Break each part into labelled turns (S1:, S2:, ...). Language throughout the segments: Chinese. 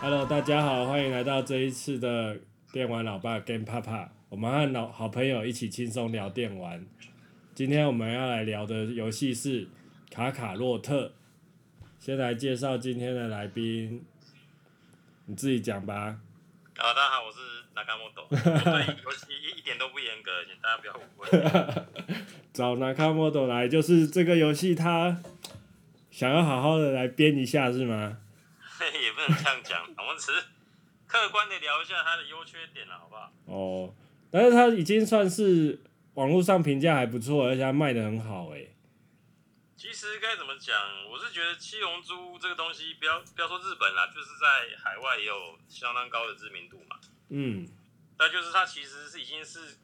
S1: Hello，大家好，欢迎来到这一次的电玩老爸 Game Papa。我们和老好朋友一起轻松聊电玩。今天我们要来聊的游戏是《卡卡洛特》。先来介绍今天的来宾，你自己讲吧。
S2: 啊，大家好，我是纳卡莫斗。我对游戏一一点都不严格，请大家不要误会。
S1: 找 Nakamoto 来，就是这个游戏他想要好好的来编一下是吗？
S2: 也不能这样讲，我们只是客观的聊一下它的优缺点了，好不好？
S1: 哦，但是他已经算是网络上评价还不错，而且它卖的很好欸诶、
S2: 其实该怎么讲，我是觉得《七龙珠》这个东西，不要不要说日本啦，就是在海外也有相当高的知名度嘛。
S1: 嗯，
S2: 但就是它其实是已经是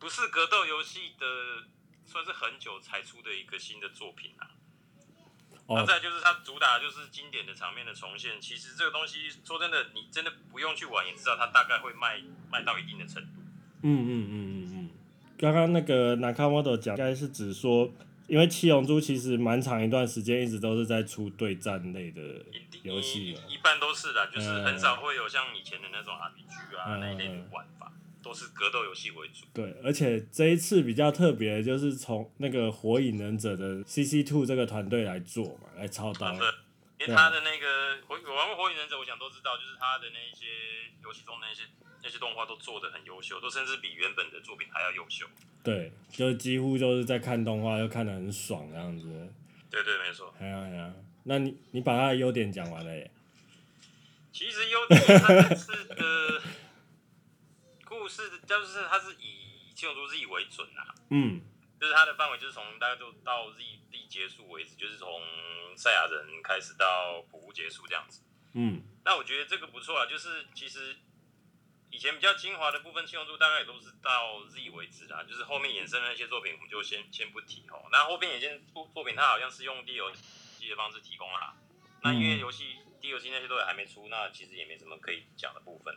S2: 不是格斗游戏的，算是很久才出的一个新的作品啦。
S1: 哦
S2: 那再来就是它主打就是经典的场面的重现，其实这个东西说真的，你真的不用去玩也知道它大概会卖卖到一定的程度。
S1: 嗯嗯嗯嗯嗯，刚刚那个 Nakamoto 讲，应该是指说，因为七龙珠其实蛮长一段时间一直都是在出对战类的游戏啊
S2: 一一般都是的，就是
S1: 嗯
S2: 很少会有像以前的那种 RPG 啊、
S1: 嗯
S2: 那一类的玩法，都是格斗游戏为主。
S1: 对，而且这一次比较特别，就是从那个火影忍者的 CC Two 这个团队来做嘛，来操刀。
S2: 对，因为
S1: 对啊
S2: 他的那个火，我玩过火影忍者，我想都知道，就是他的那一些游戏中的那些那些动画都做的很优秀，都甚至比原本的作品还要优秀。
S1: 对，就几乎就是在看动画，就看得很爽这样子。
S2: 对对，没错。
S1: 哎呀哎呀，那你你把它的优点讲完了耶？
S2: 其实优点它这 次的故事就是它是以《七龙珠 Z》为准啊，
S1: 嗯
S2: 就是它的范围就是从大概就到 Z Z 结束为止，就是从赛亚人开始到普乌结束这样子。
S1: 嗯
S2: 那我觉得这个不错啊，就是其实以前比较精华的部分，七龙珠大概也都是到 Z 为止啦，就是后面衍生的那些作品，我们就先先不提哦。那后面衍生作作品，它好像是用 DLC 的方式提供啦。那因为游戏 DLC 那些都也还没出，那其实也没什么可以讲的部分。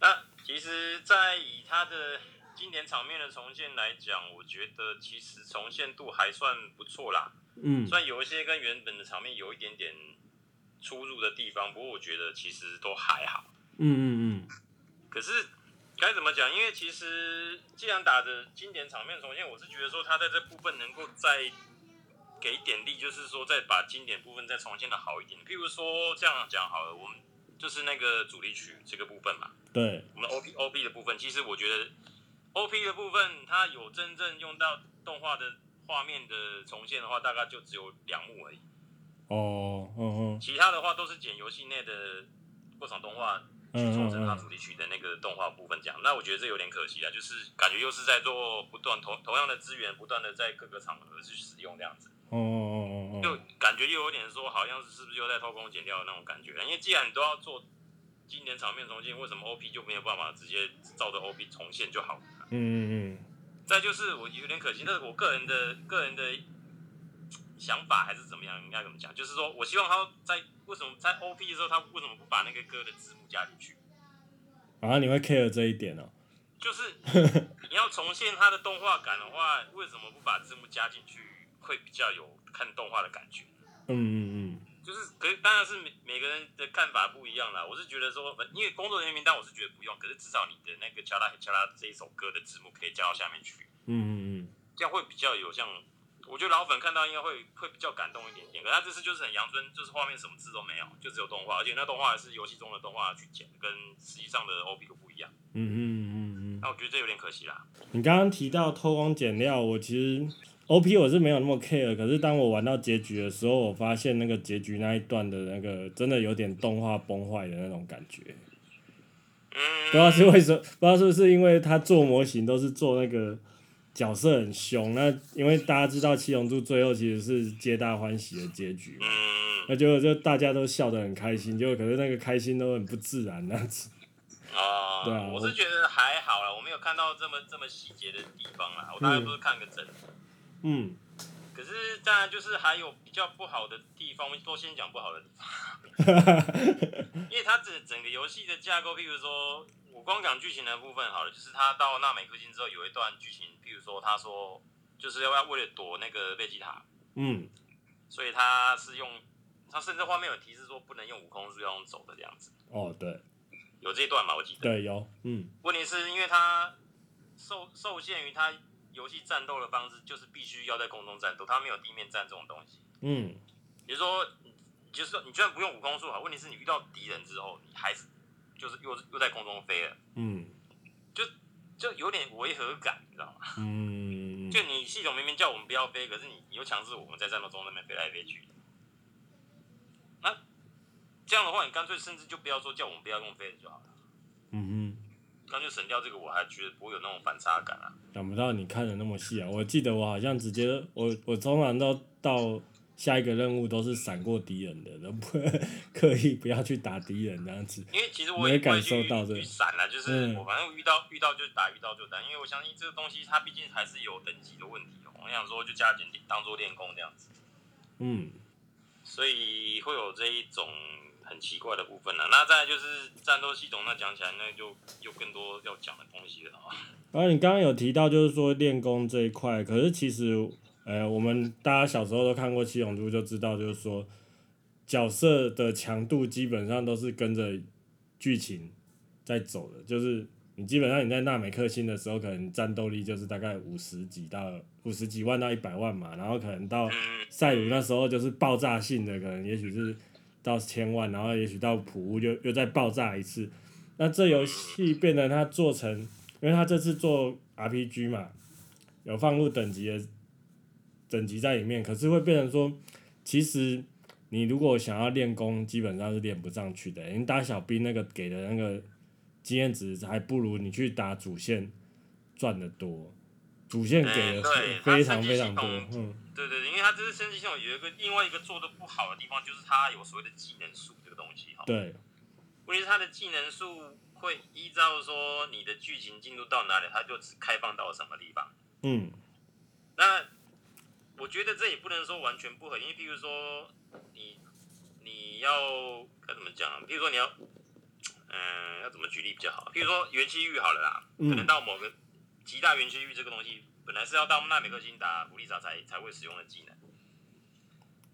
S2: 那其实，在以它的经典场面的重现来讲，我觉得其实重现度还算不错啦。
S1: 嗯
S2: 虽然有一些跟原本的场面有一点点出入的地方，不过我觉得其实都还好。
S1: 嗯嗯嗯，
S2: 可是该怎么讲？因为其实既然打着经典场面重现，我是觉得说他在这部分能够再给一点力，就是说再把经典部分再重现的好一点。譬如说这样讲好了，我们就是那个主题曲这个部分嘛，
S1: 对，
S2: 我们 O P O P 的部分，其实我觉得 O P 的部分，它有真正用到动画的画面的重现的话，大概就只有两幕而已。
S1: 哦，嗯
S2: 其他的话都是剪游戏内的过场动画
S1: 嗯
S2: 去凑成它主题曲的那个动画部分讲。那我觉得这有点可惜啊，就是感觉又是在做不断同同样的资源，不断的在各个场合去使用这样子，
S1: 嗯，哦哦哦
S2: 就
S1: 哦，
S2: 感觉又有点说好像是是不是又在偷工减料的那种感觉。因为既然你都要做经典场面重现，为什么 OP 就没有办法直接照着 OP 重现就好了？
S1: 嗯嗯
S2: 再就是我有点可惜，但是我个人的个人的想法还是怎么样，应该怎么讲？就是说我希望他在为什么在 OP 的时候，他为什么不把那个歌的字幕加进去？
S1: 嗯，啊，你会 care 这一点哦？
S2: 就是你要重现他的动画感的话，为什么不把字幕加进去，会比较有看动画的感觉？
S1: 嗯嗯
S2: 就是，可是当然是每每个人的看法不一样啦。我是觉得说，因为工作人员名单我是觉得不用，可是至少你的那个《恰拉恰拉》这一首歌的字幕可以加到下面去。
S1: 嗯嗯
S2: 这样会比较有像，我觉得老粉看到应该会会比较感动一点点。可他这次就是很阳春，就是画面什么字都没有，就只有动画，而且那动画是游戏中的动画去剪，跟实际上的 OP 又不一样。
S1: 嗯嗯嗯嗯
S2: 那我觉得这有点可惜啦。
S1: 嗯。你刚刚提到偷工减料，我其实 OP 我是没有那么 care，可是当我玩到结局的时候，我发现那个结局那一段的那个真的有点动画崩坏的那种感觉，
S2: 嗯，
S1: 不知道啊是为什么，不知道是不是因为他做模型都是做那个。角色很凶，那因为大家知道《七龙珠》最后其实是皆大欢喜的结局嘛，
S2: 嗯
S1: 那结果就大家都笑得很开心，结果可是那个开心都很不自然那样子。
S2: 啊，
S1: 对啊
S2: 我是觉得还好啦，我没有看到这么这么细节的地方啦，我大概都是看个整体。
S1: 嗯，
S2: 可是当然就是还有比较不好的地方，我们都先讲不好的地方，因为它整整个游戏的架构，譬如说，我光讲剧情的部分好了，就是他到纳美克星之后有一段剧情，譬如说他说就是要要为了躲那个贝吉塔，
S1: 嗯
S2: 所以他是用它甚至画面有提示说不能用悟空术，要用走的这样子，
S1: 哦，对
S2: 有这一段嘛？我记得。
S1: 对有，嗯
S2: 问题是因为它受受限于它游戏战斗的方式，就是必须要在空中战斗，它没有地面战这种东西。
S1: 嗯，
S2: 比如说，你就是说你居然不用悟空术啊，问题是你遇到敌人之后，你还是就是又又在空中飞了，
S1: 嗯
S2: 就有点违和感，你知道吗？
S1: 嗯，
S2: 就你系统明明叫我们不要飞，可是你你又强制我们在战斗中那边飞来飞去。那这样的话，你干脆甚至就不要说叫我们不要用飞的就好了，
S1: 嗯
S2: 干脆省掉这个，我还觉得不会有那种反差感啊。
S1: 哼，想不到你看的那么细啊！我记得我好像直接，我我通常都到下一个任务都是闪过敌人的，都不 刻意不要去打敌人这样子。
S2: 因为其实我也
S1: 没感
S2: 不会去
S1: 受到这个
S2: 去闪了，就是
S1: 嗯
S2: 我反正遇到遇到就打，遇到就打，因为我相信这个东西它毕竟还是有等级的问题哦。我想说就加减当做练功这样子，
S1: 嗯
S2: 所以会有这一种很奇怪的部分了。那再来就是战斗系统，那讲起来那就又更多要讲的东西了啊。
S1: 然后你刚刚有提到，就是说练功这一块，可是其实，呃，我们大家小时候都看过《七龙珠》，就知道，就是说角色的强度基本上都是跟着剧情在走的，就是你基本上你在纳美克星的时候，可能战斗力就是大概五十几到五十几万到一百万嘛，然后可能到
S2: 嗯，
S1: 赛鲁那时候就是爆炸性的，可能也许是到千万，然后也许到普乌又又再爆炸一次。那这游戏变得它做成，因为它这次做 RPG 嘛，有放入等级的等级在里面，可是会变成说，其实你如果想要练功，基本上是练不上去的。你打小兵那个给的那个经验值，还不如你去打主线赚的多。主线给
S2: 哎
S1: 的
S2: 对它
S1: 非常
S2: 升级
S1: 非
S2: 系
S1: 常多
S2: 统，
S1: 嗯。
S2: 对对对，因为它这次升级系统有一个另外一个做的不好的地方，就是它有所谓的技能树这个东西哈。
S1: 对，
S2: 问题是它的技能树会依照说你的剧情进度到哪里，它就只开放到什么地方。
S1: 嗯
S2: 那我觉得这也不能说完全不合，因为譬如说你你要该怎么讲啊？譬如说你要，嗯、要怎么举例比较好？譬如说元气玉好了啦，
S1: 嗯
S2: 可能到某个极大元气玉这个东西，本来是要到纳美克星打古丽莎才才会使用的技能。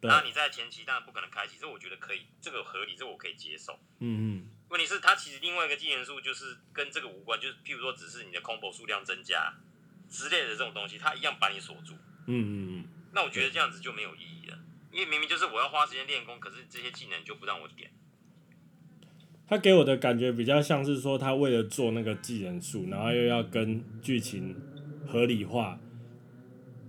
S1: 对
S2: 那你在前期当然不可能开启，这我觉得可以，这个合理，这我可以接受。
S1: 嗯
S2: 问题是，它其实另外一个技能数就是跟这个无关，就是譬如说只是你的 combo 数量增加之类的这种东西，它一样把你锁住。
S1: 嗯嗯嗯
S2: 那我觉得这样子就没有意义了，因为明明就是我要花时间练功，可是这些技能就不让我点。
S1: 嗯，他给我的感觉比较像是说，他为了做那个技能树，然后又要跟剧情合理化，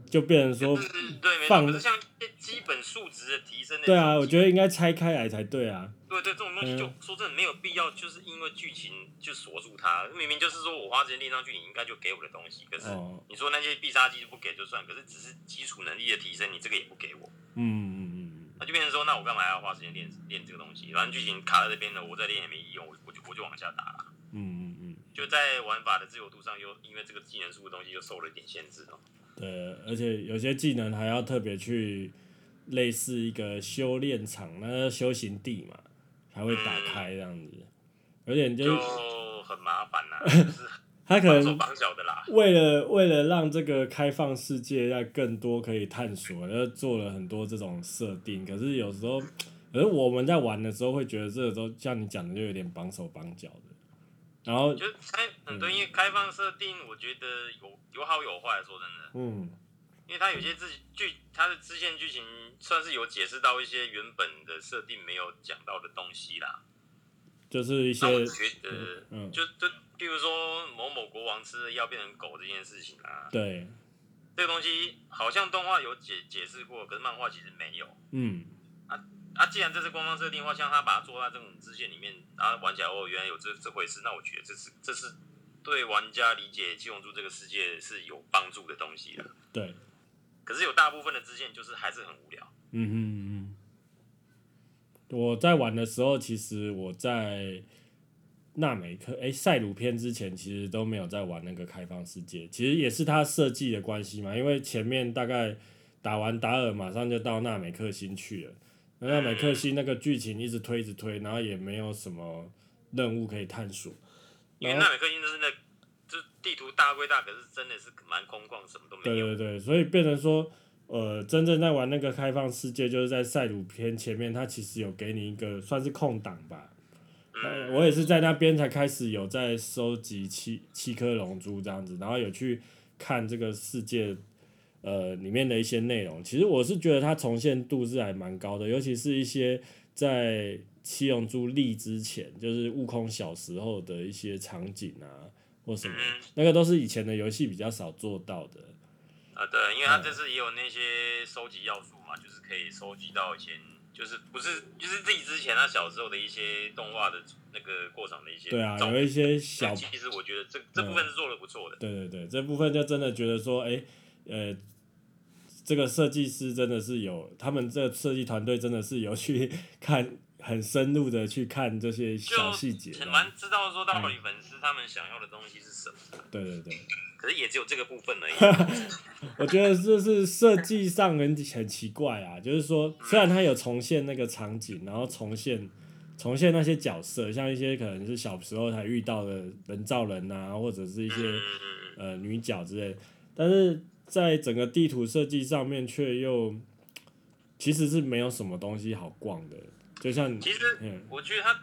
S1: 就变成说，
S2: 就是对，没错。
S1: 放
S2: 可是像一些基本数值的提升的，
S1: 对啊，我觉得应该拆开来才对啊。
S2: 对对，这种东西就、
S1: 嗯
S2: 说真的没有必要，就是因为剧情就锁住它。明明就是说我花时间练上去，你应该就给我的东西，可是
S1: 哦，
S2: 你说那些必杀技不给就算，可是只是基础能力的提升，你这个也不给我。
S1: 嗯嗯
S2: 那就变成说，那我干嘛要花时间练练这个东西？反正剧情卡在这边了，我再练也没意义，我我就我就往下打了。
S1: 嗯嗯嗯嗯，
S2: 就在玩法的自由度上，又因为这个技能数的东西又受了一点限制哦。
S1: 对，而且有些技能还要特别去类似一个修炼场，那个修行地嘛，才会打开这样子，有点就是
S2: 就很麻烦啦、就是
S1: 他可
S2: 绑手
S1: 能
S2: 绑脚的啦。
S1: 为了为了让这个开放世界让更多可以探索，然后做了很多这种设定。可是有时候，可是我们在玩的时候会觉得这个都像你讲的，就有点绑手绑脚的。然后，
S2: 就是开很多，因为开放设定，我觉得有有好有坏。说真的，
S1: 嗯
S2: 因为它有些自己剧，它的支线剧情算是有解释到一些原本的设定没有讲到的东西啦。
S1: 就是一些
S2: 那啊我觉得，
S1: 嗯，
S2: 就就比如说某某国王吃了药变成狗这件事情啊，
S1: 对，
S2: 这个东西好像动画有解解释过，可是漫画其实没有。
S1: 嗯
S2: 啊，既然这是官方设定的话，像他把它做到这种支线里面，然后玩起来哦，原来有这这回事，那我觉得这是这是对玩家理解《七龙珠》这个世界是有帮助的东西的。
S1: 对，
S2: 可是有大部分的支线就是还是很无聊。
S1: 嗯哼嗯哼。我在玩的时候，其实我在纳美克哎赛鲁篇之前，其实都没有在玩那个开放世界，其实也是它设计的关系嘛，因为前面大概打完达尔，马上就到纳美克星去了。那纳美克星那个剧情一直推，一直推，然后也没有什么任务可以探索。
S2: 因为
S1: 然后
S2: 纳美克星真的就地图大归大，可是真的是蛮空旷，什么都没
S1: 对对
S2: 有。
S1: 对，所以变成说，呃，真正在玩那个开放世界，就是在赛鲁篇前面，它其实有给你一个算是空档吧。
S2: 嗯
S1: 呃我也是在那边才开始有在收集七七颗龙珠这样子，然后有去看这个世界呃里面的一些内容。其实我是觉得它重现度是还蛮高的，尤其是一些在七龙珠立之前，就是悟空小时候的一些场景啊或什么，
S2: 嗯
S1: 那个都是以前的游戏比较少做到的。
S2: 啊，对，因为它这次也有那些收集要素嘛，就是可以收集到以前就是不是就是自己之前他啊小时候的一些动画的那个过场的一些
S1: 对啊，
S2: 照
S1: 有
S2: 片
S1: 一些
S2: 所以
S1: 小嗯
S2: 其实我觉得这这部分是做的不错的。
S1: 对对对，这部分就真的觉得说，哎，呃，这个设计师真的是有，他们这设计团队真的是有去 看很深入的去看这些小细节嗯
S2: 很
S1: 的。
S2: 蛮知道说到底粉丝他们想要的东西是什么，
S1: 对对对，
S2: 可是也只有这个部分而 已。嗯
S1: 我觉得这是设计上很很奇怪啊，就是
S2: 嗯
S1: 说，虽然他有重现那个场景，然后重现重现那些角色，像一些可能是小时候才遇到的人造人啊，或者是一
S2: 嗯
S1: 些。
S2: 嗯嗯
S1: 呃女角之类，但是在整个地图设计上面却又其实是没有什么东西好逛的，就像
S2: 嗯，其实
S1: 嗯
S2: 我觉得它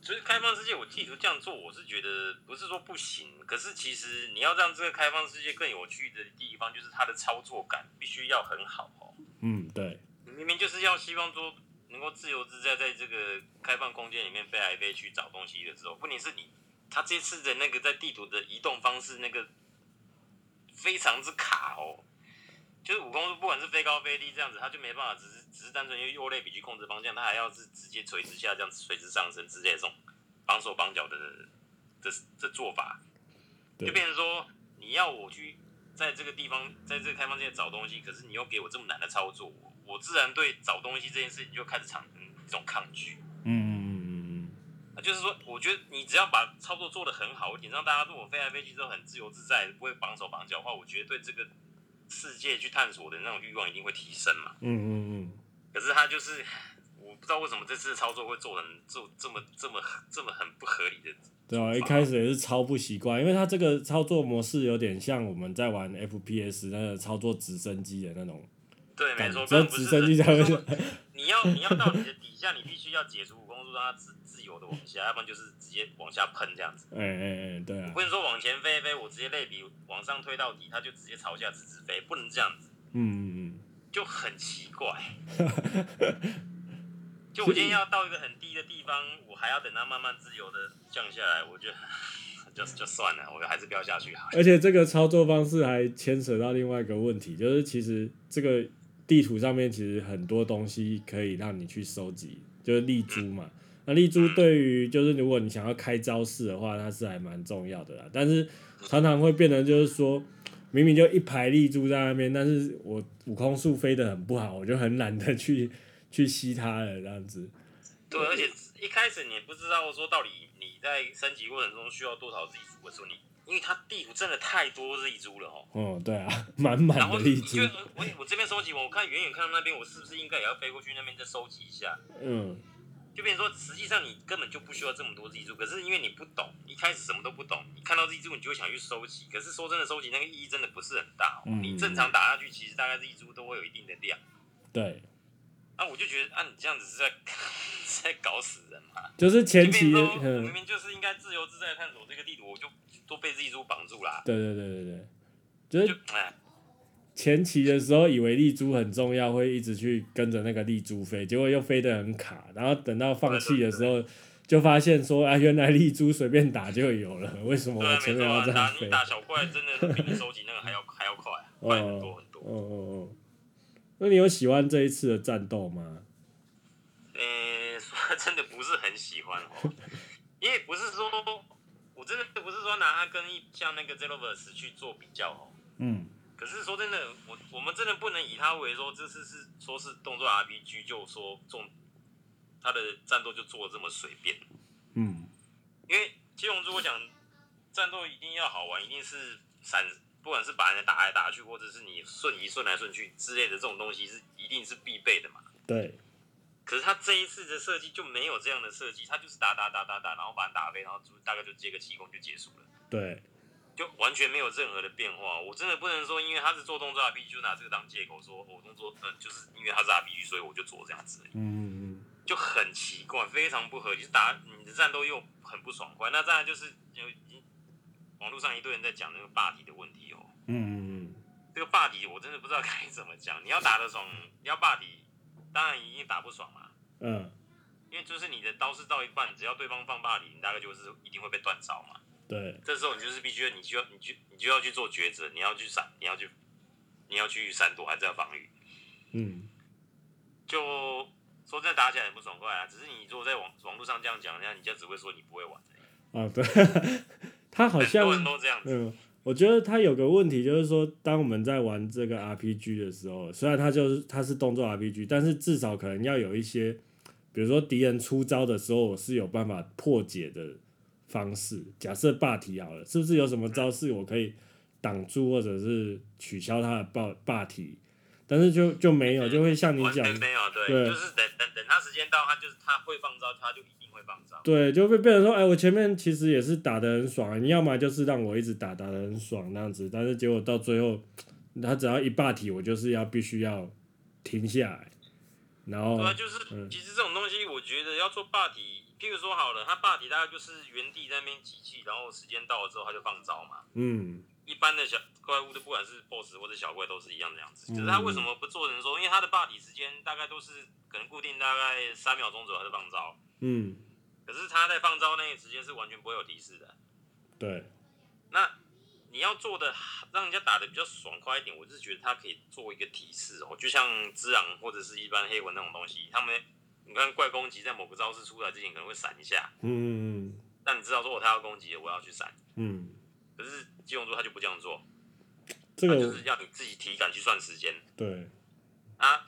S2: 就是开放世界，我地图这样做，我是觉得不是说不行，可是其实你要让这个开放世界更有趣的地方，就是它的操作感必须要很好哦。
S1: 嗯对
S2: 你明明就是要希望说能够自由自在在这个开放空间里面飞来飞去找东西的时候，问题是你他这次的那个在地图的移动方式那个非常之卡哦。就是悟空，不管是飞高飞低这样子，他就没办法，只是只是单纯用右类比去控制方向，他还要是直接垂直下降、垂直上升之类的这种绑手绑脚的的的做法，
S1: 对
S2: 就变成说你要我去在这个地方，在这个开放界找东西，可是你又给我这么难的操作，我我自然对找东西这件事情就开始产生一种抗拒。
S1: 嗯嗯嗯
S2: 啊就是说，我觉得你只要把操作做得很好一点，让大家对我飞来飞去都很自由自在，不会绑手绑脚的话，我觉得对这个世界去探索的那种欲望一定会提升嘛。
S1: 嗯嗯嗯
S2: 可是他就是，我不知道为什么这次的操作会做成做这么这么这么很不合理的。
S1: 对啊，一开始也是超不习惯，因为它这个操作模式有点像我们在玩 FPS 那个操作直升机的那种
S2: 对，没
S1: 感
S2: 错，
S1: 觉，
S2: 根
S1: 只有
S2: 本不
S1: 直
S2: 是
S1: 升机才会
S2: 就是说你要你要到你的底下，你必须要解除武功术，让它自自由的往下，要不然就是直接往下喷这样子。
S1: 哎哎哎，对
S2: 我
S1: 啊，
S2: 不能说往前飞飞，我直接类比往上推到底，它就直接朝下直直飞，不能这样子，
S1: 嗯嗯
S2: 就很奇怪。就我今天要到一个很低的地方，我还要等它慢慢自由的降下来，我觉得 就就算了，我还是不要下去好了。
S1: 而且这个操作方式还牵扯到另外一个问题，就是其实这个地图上面其实很多东西可以让你去收集，就是丽珠嘛。那丽
S2: 嗯
S1: 珠对于就是如果你想要开招式的话，它是还蛮重要的啦。但是常常会变成就是说，明明就一排丽珠在那边，但是我悟空术飞得很不好，我就很懒得去去吸它了这样子。
S2: 对，而且一开始你也不知道说到底你在升级过程中需要多少粒珠的时候，你因为它地图真的太多粒珠了哦。
S1: 哦、对啊， 满满
S2: 然后
S1: 的
S2: 你
S1: 丽珠
S2: 就，我我这边收集完，我看远远看到那边，我是不是应该也要飞过去那边再收集一下？
S1: 嗯，
S2: 就变成说，实际上你根本就不需要这么多粒珠，可是因为你不懂，一开始什么都不懂，你看到粒珠你就会想去收集，可是说真的，收集那个意义真的不是很大、哦。
S1: 嗯
S2: 你正常打下去，其实大概粒珠都会有一定的量。
S1: 对，
S2: 啊，我就觉得啊，你这样子是在 是在搞死人嘛？
S1: 就是前
S2: 就变
S1: 期，
S2: 成说我
S1: 嗯
S2: 明，明就是应该自由自在地探索这个地图，我就都被自己猪绑住啦。
S1: 对对对对对，就是
S2: 就哎，
S1: 前期的时候以为丽珠很重要，会一直去跟着那个丽珠飞，结果又飞得很卡，然后等到放弃的时候，就发现说啊，原来丽珠随便打就有了，为什么
S2: 对啊
S1: 我，前
S2: 没
S1: 面
S2: 错
S1: 要
S2: 啊，
S1: 这样
S2: 打
S1: 飞
S2: 你？打小怪真的比你收集那个 还要还要快啊，快很多很多。
S1: 哦哦哦，那你有喜欢这一次的战斗吗？
S2: 呃， 说真的不是很喜欢哦，因为不是说我真的不是说拿它跟一像那个 Zeroverse 去做比较哦。
S1: 嗯，
S2: 可是说真的，我我们真的不能以它为说这次是说是动作 RPG 就说重它的战斗就做的这么随便。
S1: 嗯，
S2: 因为七龙珠，我想战斗一定要好玩，一定是闪，不管是把人打来打去，或者是你瞬移顺来顺去之类的这种东西是一定是必备的嘛。
S1: 对，
S2: 可是他这一次的设计就没有这样的设计，他就是打打打打打，然后把人打飞，然后就大概就接个气功就结束了。
S1: 对，
S2: 就完全没有任何的变化。我真的不能说，因为他是做动作 RPG，就拿这个当借口说，我动作，嗯、就是因为他是 RPG，所以我就做这样子而已，
S1: 嗯嗯
S2: 就很奇怪，非常不合理。就是打你的战斗又很不爽快，那当然就是有网络上一堆人在讲那个霸体的问题哦。
S1: 嗯嗯
S2: 这个霸体我真的不知道 该怎么讲。你要打得爽，你要霸体，当然一定打不爽嘛。
S1: 嗯嗯，
S2: 因为就是你的刀是到一半，只要对方放霸体，你大概就是一定会被断招嘛。
S1: 对，
S2: 这时候你就是必须，你就要，你就你就要去做抉择，你要去闪，你要去，你要去闪躲，还是要防御？
S1: 嗯
S2: 就说真的，打起来很不爽快啊。只是你如果在网网络上这样讲，那你就只会说你不会玩而已。
S1: 啊对，他好
S2: 很
S1: 像
S2: 多人都这样子，
S1: 嗯，我觉得它有个问题，就是说，当我们在玩这个 RPG 的时候，虽然它就是它是动作 RPG，但是至少可能要有一些，比如说敌人出招的时候，我是有办法破解的方式。假设霸体好了，是不是有什么招式我可以挡住或者是取消他的霸霸体？但是就就没有，就会像你
S2: 完
S1: 讲
S2: 全，没有对，
S1: 对
S2: 就是等等等他时间到，他就是他会放招，他就一定会放招。
S1: 对，就会变成说，哎，我前面其实也是打的很爽、啊，你要么就是让我一直打打的很爽那样子，但是结果到最后，他只要一霸体，我就是要必须要停下来，然后
S2: 对啊，
S1: 嗯
S2: 就是其实这种东西，我觉得要做霸体，譬如说好了，他霸体大概就是原地在那边集气，然后时间到了之后他就放招嘛。
S1: 嗯
S2: 一般的小怪物的，不管是 BOSS 或者小怪都是一样这样子。
S1: 嗯
S2: 可是他为什么不做成说？因为他的霸体时间大概都是可能固定大概三秒钟左右他就放招，
S1: 嗯，
S2: 可是他在放招那个时间是完全不会有提示的。
S1: 对，
S2: 那你要做的让人家打的比较爽快一点，我是觉得他可以做一个提示哦，就像之昂或者是一般黑魂那种东西，他们你看怪攻击在某个招式出来之前可能会闪一下，
S1: 嗯嗯
S2: 让你知道说哦他要攻击了，我要去闪。
S1: 嗯，
S2: 可是金龙珠他就不这样做，
S1: 这
S2: 他
S1: 个
S2: 啊就是要你自己体感去算时间。
S1: 对，
S2: 啊，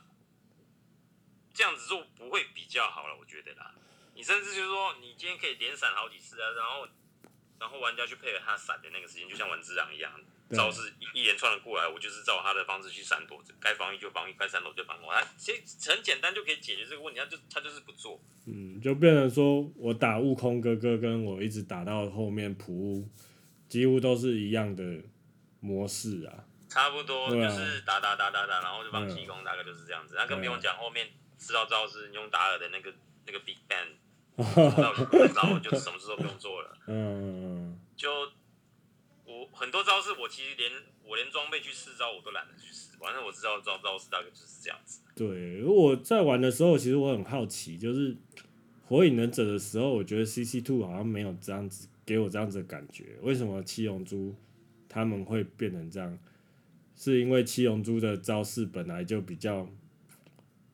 S2: 这样子做不会比较好了，我觉得啦。你甚至就是说，你今天可以连闪好几次啊，然后然后玩家去配合他闪的那个时间，就像玩智障一样，
S1: 对
S2: 招式一一连串的过来，我就是照他的方式去闪躲，该防御就防御，该闪躲就防躲，他其实很简单就可以解决这个问题，他就他就是不做。
S1: 嗯，就变成说我打悟空哥哥，跟我一直打到后面普乌，几乎都是一样的模式啊，
S2: 差不多
S1: 对
S2: 就
S1: 啊
S2: 是打打打打打，然后就放
S1: 嗯
S2: 气功，大概就是这样子。那更不
S1: 对啊
S2: 用讲后面知道招式，你用达尔的那个那个 Big Bang，知道了然后就什么事都不用做了。
S1: 嗯
S2: 就我很多招式，我其实连我连装备去试招我都懒得去试，反正我知道招招式大概就是这样子。
S1: 对，我在玩的时候，其实我很好奇，就是《火影忍者》的时候，我觉得 CC Two 好像没有这样子给我这样子的感觉。为什么七龙珠他们会变成这样？是因为七龙珠的招式本来就比较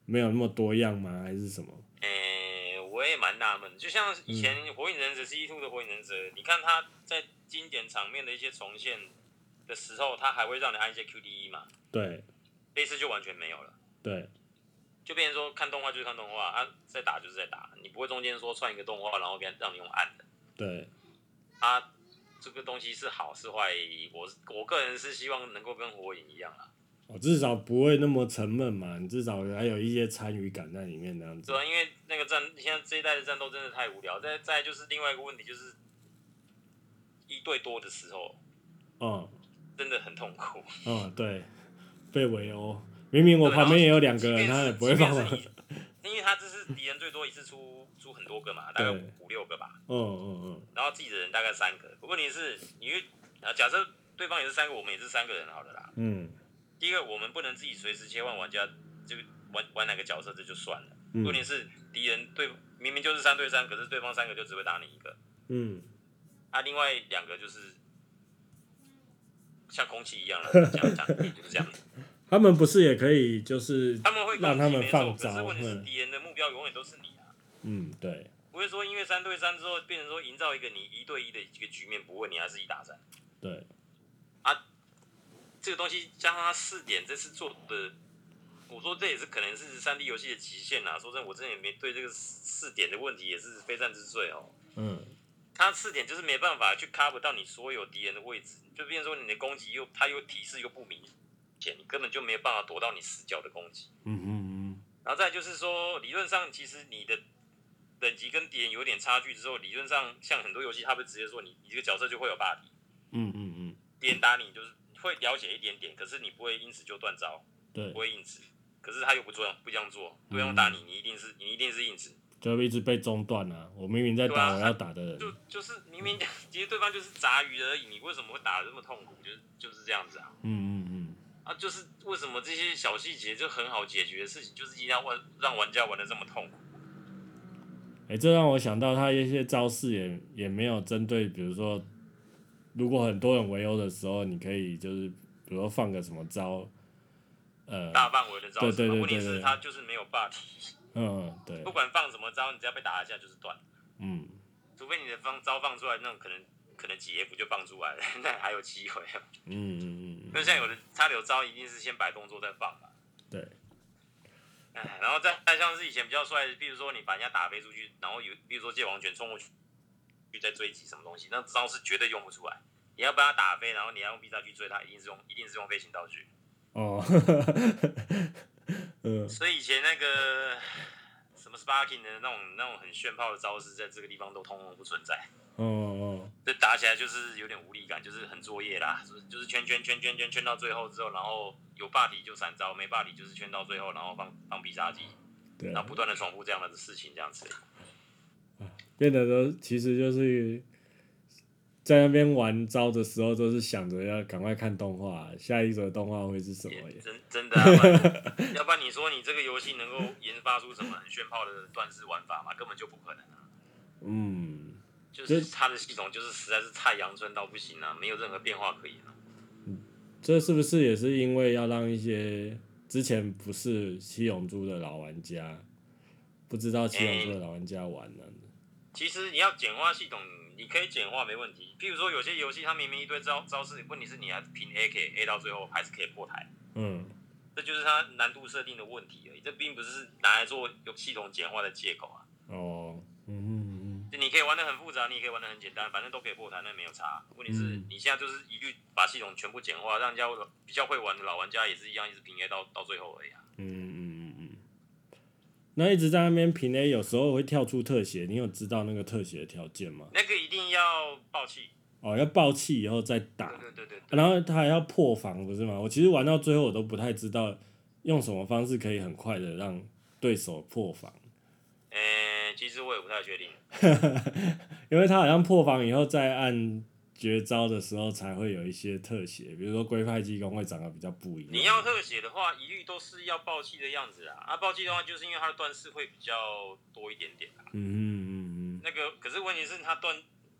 S1: 没有那么多样吗？还是什么？
S2: 诶、我也蛮纳闷的，就像以前《火影忍者》C E two 的《火影忍者》，你看他在经典场面的一些重现的时候，他还会让你按一些 QDE 嘛，
S1: 对
S2: 这一次就完全没有了。
S1: 对，
S2: 就变成说看动画就是看动画，啊，在打就是在打，你不会中间说串一个动画，然后给让你用按的。
S1: 对，
S2: 啊，这个东西是好是坏，我是我个人是希望能够跟火影一样啦。
S1: 我哦至少不会那么沉闷嘛，你至少还有一些参与感在里面那样子
S2: 对。啊，因为那个战，现在这一代的战斗真的太无聊。再再来就是另外一个问题，就是一对多的时候
S1: 嗯
S2: 真的很痛苦。
S1: 嗯，对，被围殴，明 明我旁边也有两个人，他也不会放
S2: 即
S1: 我
S2: 便。是你因为他这是敌人最多一次出出很多个嘛，大概
S1: 对
S2: 五六个吧，
S1: 嗯嗯嗯。
S2: 然后自己的人大概三个。问题是，你越啊，假设对方也是三个，我们也是三个人好了啦。
S1: 嗯
S2: 第一个，我们不能自己随时切换玩家，就玩玩哪个角色这就算了。
S1: 嗯
S2: 问题是，敌人对明明就是三对三，可是对方三个就只会打你一个。
S1: 嗯，
S2: 啊，另外两个就是像空气一 样了，讲讲也就是这样。
S1: 他们不是也可以就是
S2: 他们会攻击
S1: 让他们放
S2: 没错可是
S1: 招？
S2: 问题是
S1: 嗯
S2: 敌人的目标永远都是你啊，
S1: 嗯，对
S2: 不会说因为三对三之后变成说营造一个你一对一的一个局面，不会，你还是一打三。
S1: 对，
S2: 这个东西加上他四点这次做的，我说这也是可能是三 D 游戏的极限啦、说真的，我真的也没对这个四四点的问题也是非战之罪哦。
S1: 嗯
S2: 他四点就是没办法去 cover 到你所有敌人的位置，就变成说你的攻击又他又提示又不明显，你根本就没有办法躲到你死角的攻击。
S1: 嗯嗯
S2: 然后再就是说，理论上其实你的等级跟敌人有点差距之后，理论上像很多游戏，他会直接说你你这个角色就会有霸体，
S1: 嗯嗯嗯嗯
S2: 连打你就是会了解一点点，可是你不会因此就断招，
S1: 对
S2: 不，会硬直。可是他又不这样不这样做，不用打你，你一定是你一定是硬直。
S1: 就一直被中断啊！我明明在
S2: 对
S1: 打
S2: 啊
S1: 我要打的人，
S2: 就就是明 明其实对方就是杂鱼而已，你为什么会打的这么痛苦？就是就是这样子啊
S1: 嗯嗯嗯，
S2: 啊！就是为什么这些小细节就很好解决的事情，就是一定要玩让玩家玩的这么痛苦。
S1: 哎、这让我想到他一些招式也也没有针对，比如说，如果很多人围殴的时候，你可以就是比如说放个什么招，呃，
S2: 大范围的招式嘛，
S1: 对对对
S2: 问题
S1: 对
S2: 是
S1: 对
S2: 他就是没有霸体，
S1: 嗯对
S2: 不，管放什么招，你只要被打一下就是断，
S1: 嗯
S2: 除非你的放招放出来，那种可能可能几 F 就放出来了， 那还有机会。哦
S1: 嗯嗯嗯，嗯
S2: 那像有的他有招一定是先摆动作再放嘛，
S1: 对，
S2: 哎，然后再再像是以前比较帅的，比如说你把人家打飞出去，然后有比如说界王拳冲过去，去再追击什么东西，那招是绝对用不出来。你要把他打飞，然后你要用必杀去追他，一定是用一定是用飞行道具。
S1: 哦， 嗯
S2: 所以以前那个什么 sparking 的那种那种很炫炮的招式，在这个地方都通通不存在。
S1: 哦哦，
S2: 这打起来就是有点无力感，就是很作业啦，就是就是圈圈圈圈圈圈到最后之后，然后有霸体就闪招，没霸体就是圈到最后，然后放放必杀技，
S1: 对啊
S2: 然，后不断的重复这样的事情，这样子。
S1: 变得都其实就是在那边玩招的时候，都是想着要赶快看动画，下一则动画会是什么耶？
S2: 真真的、啊，不然 要不然你说你这个游戏能够研发出什么很炫炮的段式玩法吗？根本就不可能啊！
S1: 嗯。
S2: 就是它的系统就是实在是太阳春到不行啊，没有任何变化可言啊。
S1: 这是不是也是因为要让一些之前不是七龙珠的老玩家，不知道七龙珠的老玩家玩呢、
S2: 其实你要简化系统，你可以简化没问题。譬如说有些游戏它明明一堆招招式，问题是你还凭 A 可以 A 到最后还是可以破台，
S1: 嗯
S2: 这就是它难度设定的问题而已。这并不是拿来做有系统简化的借口啊。
S1: 哦，嗯嗯嗯，
S2: 就你可以玩的很复杂，你也可以玩的很简单，反正都可以破台，那没有差。啊问题是
S1: 嗯
S2: 你现在就是一律把系统全部简化，让人家比较会玩的老玩家也是一样，一直平 A 到到最后而已啊。
S1: 嗯嗯嗯嗯。那一直在那边平 A，有时候会跳出特写，你有知道那个特写的条件吗？
S2: 那个一定要爆气，
S1: 哦，要爆气以后再打，
S2: 对对对对对，
S1: 然后他还要破防，不是吗？我其实玩到最后，我都不太知道用什么方式可以很快的让对手破防。
S2: 诶、呃其实我也不太确定。
S1: 因为他好像破防以后再按绝招的时候才会有一些特写，比如说龟派技工会长得比较不一样。
S2: 你要特写的话，一律都是要爆气的样子啊。啊，爆气的话，就是因为它的段式会比较多一点点啊。
S1: 嗯嗯嗯嗯
S2: 那个，可是问题是，它段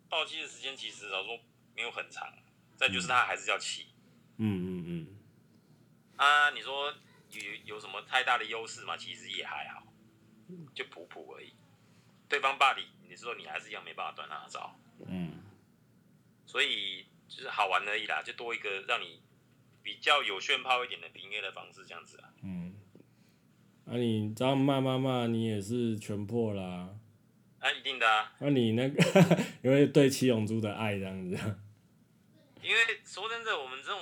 S2: 爆气的时间其实老实说没有很长，啊再就是它还是要气
S1: 嗯嗯嗯，
S2: 啊。你说有有什么太大的优势吗？其实也还好，就普普而已。对方霸凌你的时候，你还是一样没办法断他的招，
S1: 嗯
S2: 所以就是好玩而已啦，就多一个让你比较有炫炮一点的平 A 的方式，这样子啊。
S1: 嗯。啊，你这样骂骂骂，你也是全破啦、
S2: 啊，一定的啊。
S1: 那、你那个 因为对七龙珠的爱这样子，
S2: 因为说真的，我们这种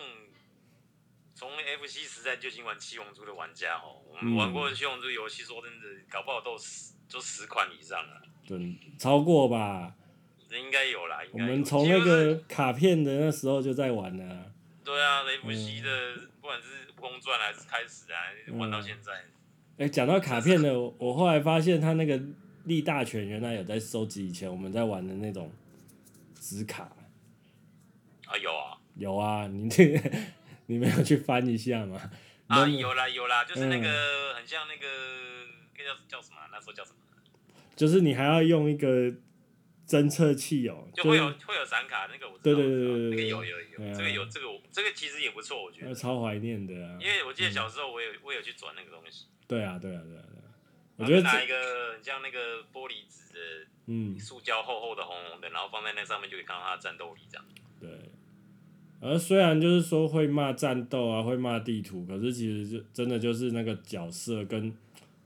S2: 从 FC 时代就已经玩七龙珠的玩家哦，我
S1: 嗯
S2: 们玩过七龙珠游戏，说真的，搞不好都有十就十款以上了，
S1: 准超过吧？
S2: 应该有啦。应
S1: 我
S2: 该有
S1: 们从那
S2: 就是
S1: 个卡片的那时候就在玩了、
S2: 对啊，雷伏西的，
S1: 嗯
S2: 不管是《悟空传》还是《开始》啊，玩到现在，
S1: 哎、讲到卡片的， 我我后来发现他那个力大全原来有在收集以前我们在玩的那种纸卡，
S2: 啊有啊，
S1: 有啊， 你这你没有去翻一下吗？
S2: 啊
S1: 你都
S2: 有啦有啦，就是
S1: 嗯
S2: 那个很像那个那个叫叫什么啊？那时候叫什么？
S1: 就是你还要用一个侦测器哦，
S2: 就是会有会有闪卡那个，我知道
S1: 对对
S2: 我知道
S1: 对对对
S2: 那个
S1: 对
S2: 有有
S1: 对
S2: 有，
S1: 啊
S2: 这个有这个我这个其实也不错，我觉
S1: 那
S2: 得，
S1: 呃超怀念的啊
S2: 因。为我记得小时候我有我有去转那个东西。
S1: 对啊，对啊，对啊，对啊。我
S2: 然
S1: 觉得
S2: 后就拿
S1: 这
S2: 一个很像那个玻璃纸
S1: 嗯
S2: 的，塑胶厚厚的红红的，然后放在那上面就可以看到它的战斗力这样。
S1: 对。而虽然就是说会骂战斗啊，会骂地图，可是其实就真的就是那个角色跟，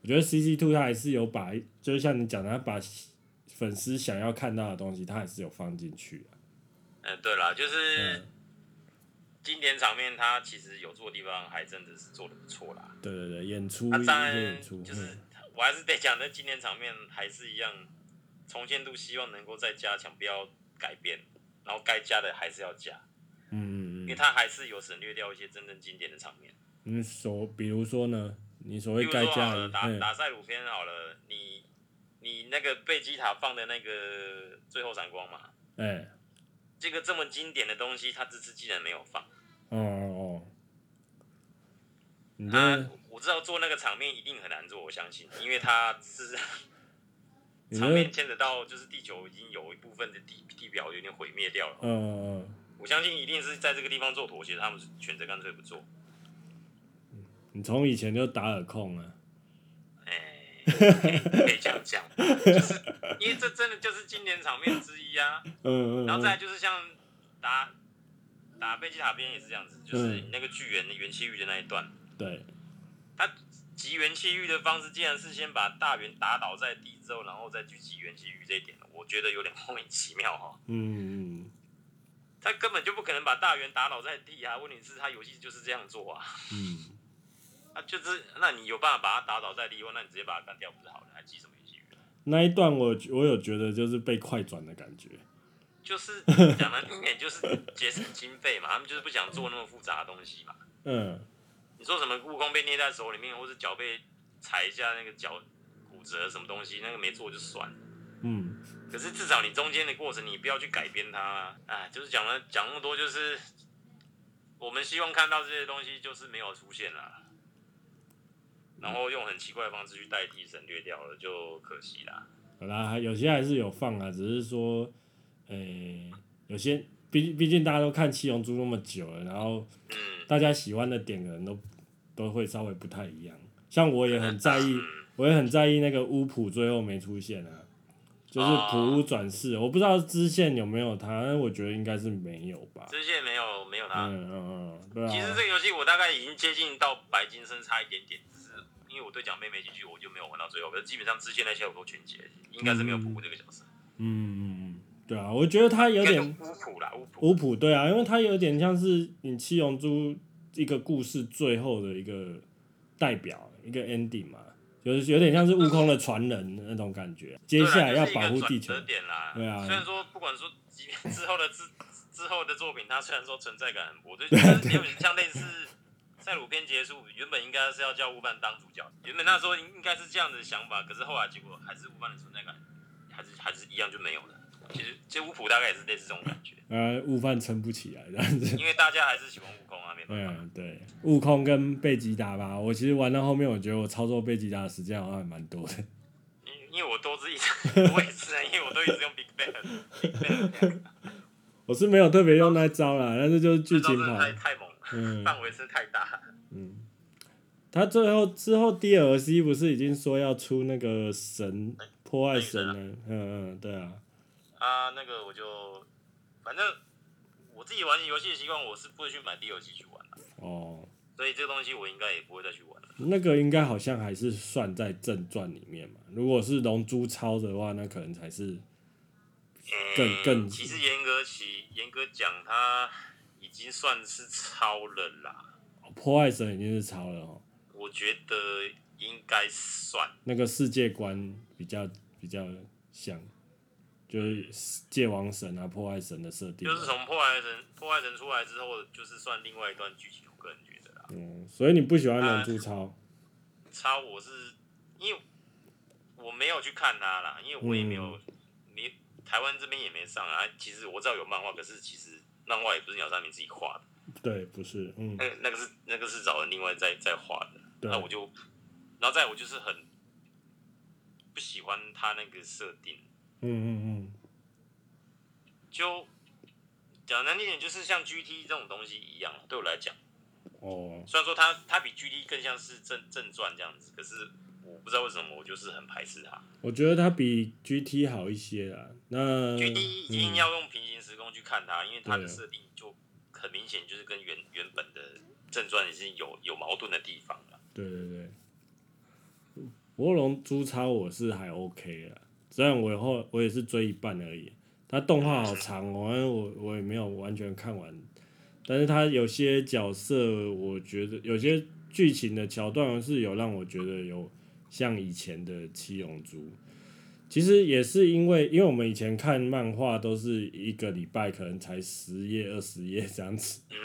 S1: 我觉得 C C Two 他还是有把，就是像你讲的，他把粉丝想要看到的东西，他还是有放进去、啊。
S2: 嗯，对啦，就是
S1: 嗯，
S2: 经典场面，它其实有做的地方还真的是做的不错啦。
S1: 对对对，演出
S2: 它
S1: 一
S2: 啊当
S1: 些
S2: 然
S1: 演出，
S2: 就是，我还是得讲，那经典场面还是一样，重现度希望能够再加强，不要改变，然后该加的还是要加。
S1: 嗯嗯嗯
S2: 因为
S1: 嗯，
S2: 它还是有省略掉一些真正经典的场面。
S1: 你所比如说呢，你所谓
S2: 比如
S1: 盖嗯
S2: 说好了，
S1: 价，
S2: 打
S1: 嘿
S2: 打赛鲁篇好了，你你那个贝吉塔放的那个最后闪光嘛，
S1: 哎，
S2: 这个这么经典的东西，他这次竟然没有放。
S1: 哦哦，哦你
S2: 他
S1: 这
S2: 啊我知道做那个场面一定很难做，我相信，因为他是
S1: 你
S2: 场
S1: 这
S2: 面牵扯到就是地球已经有一部分的地地表有点毁灭掉了。
S1: 呃，
S2: 我相信一定是在这个地方做妥协，他们选择干脆不做。
S1: 你从以前就打耳控了，
S2: 哎，可以这样讲，就是因为这真的就是经典场面之一啊。
S1: 嗯嗯，
S2: 然后
S1: 嗯
S2: 再来就是像打打贝吉塔边也是这样子，就是
S1: 嗯
S2: 那个巨猿的元气玉的那一段，
S1: 对，
S2: 他集元气玉的方式竟然是先把大猿打倒在地之后，然后再去集元气玉这一点，我觉得有点 莫名其妙哈、哦。
S1: 嗯嗯
S2: 他根本就不可能把大猿打倒在地啊！问题是，他游戏就是这样做啊，
S1: 嗯，
S2: 啊，就是那你有办法把他打倒在地，或那你直接把他干掉不是好了？还集什么元气玉？
S1: 那一段我我有觉得就是被快转的感觉，
S2: 就是讲难听点，就是节省经费嘛，他们就是不想做那么复杂的东西嘛。
S1: 嗯
S2: 你说什么悟空被捏在手里面，或是脚被踩一下那个脚骨折什么东西，那个没做就算了。
S1: 嗯，
S2: 可是至少你中间的过程，你不要去改变它啊！哎就是讲了讲那么多，就是我们希望看到这些东西，就是没有出现啦。然后用很奇怪的方式去代替省略掉了，就可惜啦。
S1: 好啦，还有些还是有放啊，只是说，呃，有些毕毕竟大家都看七龙珠那么久了，然后
S2: 嗯，
S1: 大家喜欢的点可能都都会稍微不太一样，像我也很在 意。
S2: 嗯
S1: 我也很在意那个巫普最后没出现啊，就是普巫转世，我不知道支线有没有他，但是我觉得应该是没有吧。
S2: 这些没有没有它。
S1: 嗯嗯嗯，对
S2: 其实
S1: 啊
S2: 这，个游戏我大概已经接近到白金身差一点点，只是因为我对讲妹妹几句我就没有玩到最后，可是基本上支线那些我都全解，应该是没有补这个角色，
S1: 嗯嗯嗯，对啊，我觉得他有
S2: 应该是
S1: 点
S2: 巫普啦，巫普。
S1: 巫普，对啊，因为他有点像是你七龙珠一个故事最后的一个代表，一个 ending 嘛，就是有点像是悟空的传人那种感觉，接
S2: 嗯对啦啊
S1: 下来要
S2: 就是一个
S1: 保护地球
S2: 转折，点啦。
S1: 对啊
S2: 虽然说不管说即便之后的之之后的作品，它虽然说存在感很薄，对，
S1: 啊
S2: 就是有点像类似赛鲁篇结束，原本应该是要叫乌班当主角，原本那时候应应该是这样的想法，可是后来结果还是乌班的存在感还是还是一样就没有了。其实其实巫普大概也是类似这种感觉。
S1: 呃，悟饭撑不起来这样子。
S2: 因为大家还是喜欢悟空啊，没办法。
S1: 嗯，对，悟空跟贝吉达吧，我其实玩到后面，我觉得我操作贝吉达的时间好像还蛮多的。
S2: 因因为我都是一直， 我也是啊，因为我都一直用 Big Bang，Big Bang
S1: 我是没有特别用那招啦，但是就是
S2: 这
S1: 剧
S2: 招
S1: 情
S2: 真的
S1: 跑，
S2: 太太猛了，
S1: 嗯
S2: 范围是太大。
S1: 嗯。他最后之后 DLC 不是已经说要出那个神破坏神了？嗯嗯，对啊，
S2: 啊，那个我就，反正我自己玩游戏的习惯，我是不会去买 DLC 去玩的，
S1: 哦，
S2: 所以这个东西我应该也不会再去玩了。
S1: 那个应该好像还是算在正传里面嘛。如果是龙珠超的话，那可能才是更
S2: 嗯
S1: 更
S2: 其实严格起严格讲，它已经算是超了啦，
S1: 哦破坏神已经是超了哦。
S2: 我觉得应该算。
S1: 那个世界观比较比较像，就是界王神啊、破坏神的设定啊。
S2: 就是从破坏神破坏神出来之后，就是算另外一段剧情。我个人觉得啦，
S1: 嗯，所以你不喜欢龙
S2: 呃
S1: 珠超？
S2: 差我是因为我没有去看它啦，因为我也没有，没台湾这边也没上啊。其实我知道有漫画，可是其实漫画也不是鸟山明自己画的，
S1: 对，不是，嗯，
S2: 那个那个是那个是找人另外再再画的。
S1: 对
S2: 那，我就，然后再来我就是很不喜欢他那个设定，
S1: 嗯嗯
S2: 就讲难听点，就是像 GT 这种东西一样，对我来讲。
S1: 嗯，哦，
S2: 虽然说它它比 GD 更像是正正传这样子，可是我不知道为什么我就是很排斥它。
S1: 我觉得它比 GT 好一些啦。那
S2: GD 一定
S1: 嗯
S2: 要用平行时空去看它，因为它的
S1: 对啊
S2: 设定就很明显就是跟原原本的正传也是有有矛盾的地方了。
S1: 对对对，不过龙珠超我是还 OK 啦，虽然我后我也是追一半而已，它动画好长哦，但是我我也没有完全看完，但是它有些角色我觉得有些剧情的桥段是有让我觉得有像以前的七龙珠，其实也是因为，因为我们以前看漫画都是一个礼拜可能才十页、二十页这样子，
S2: 嗯，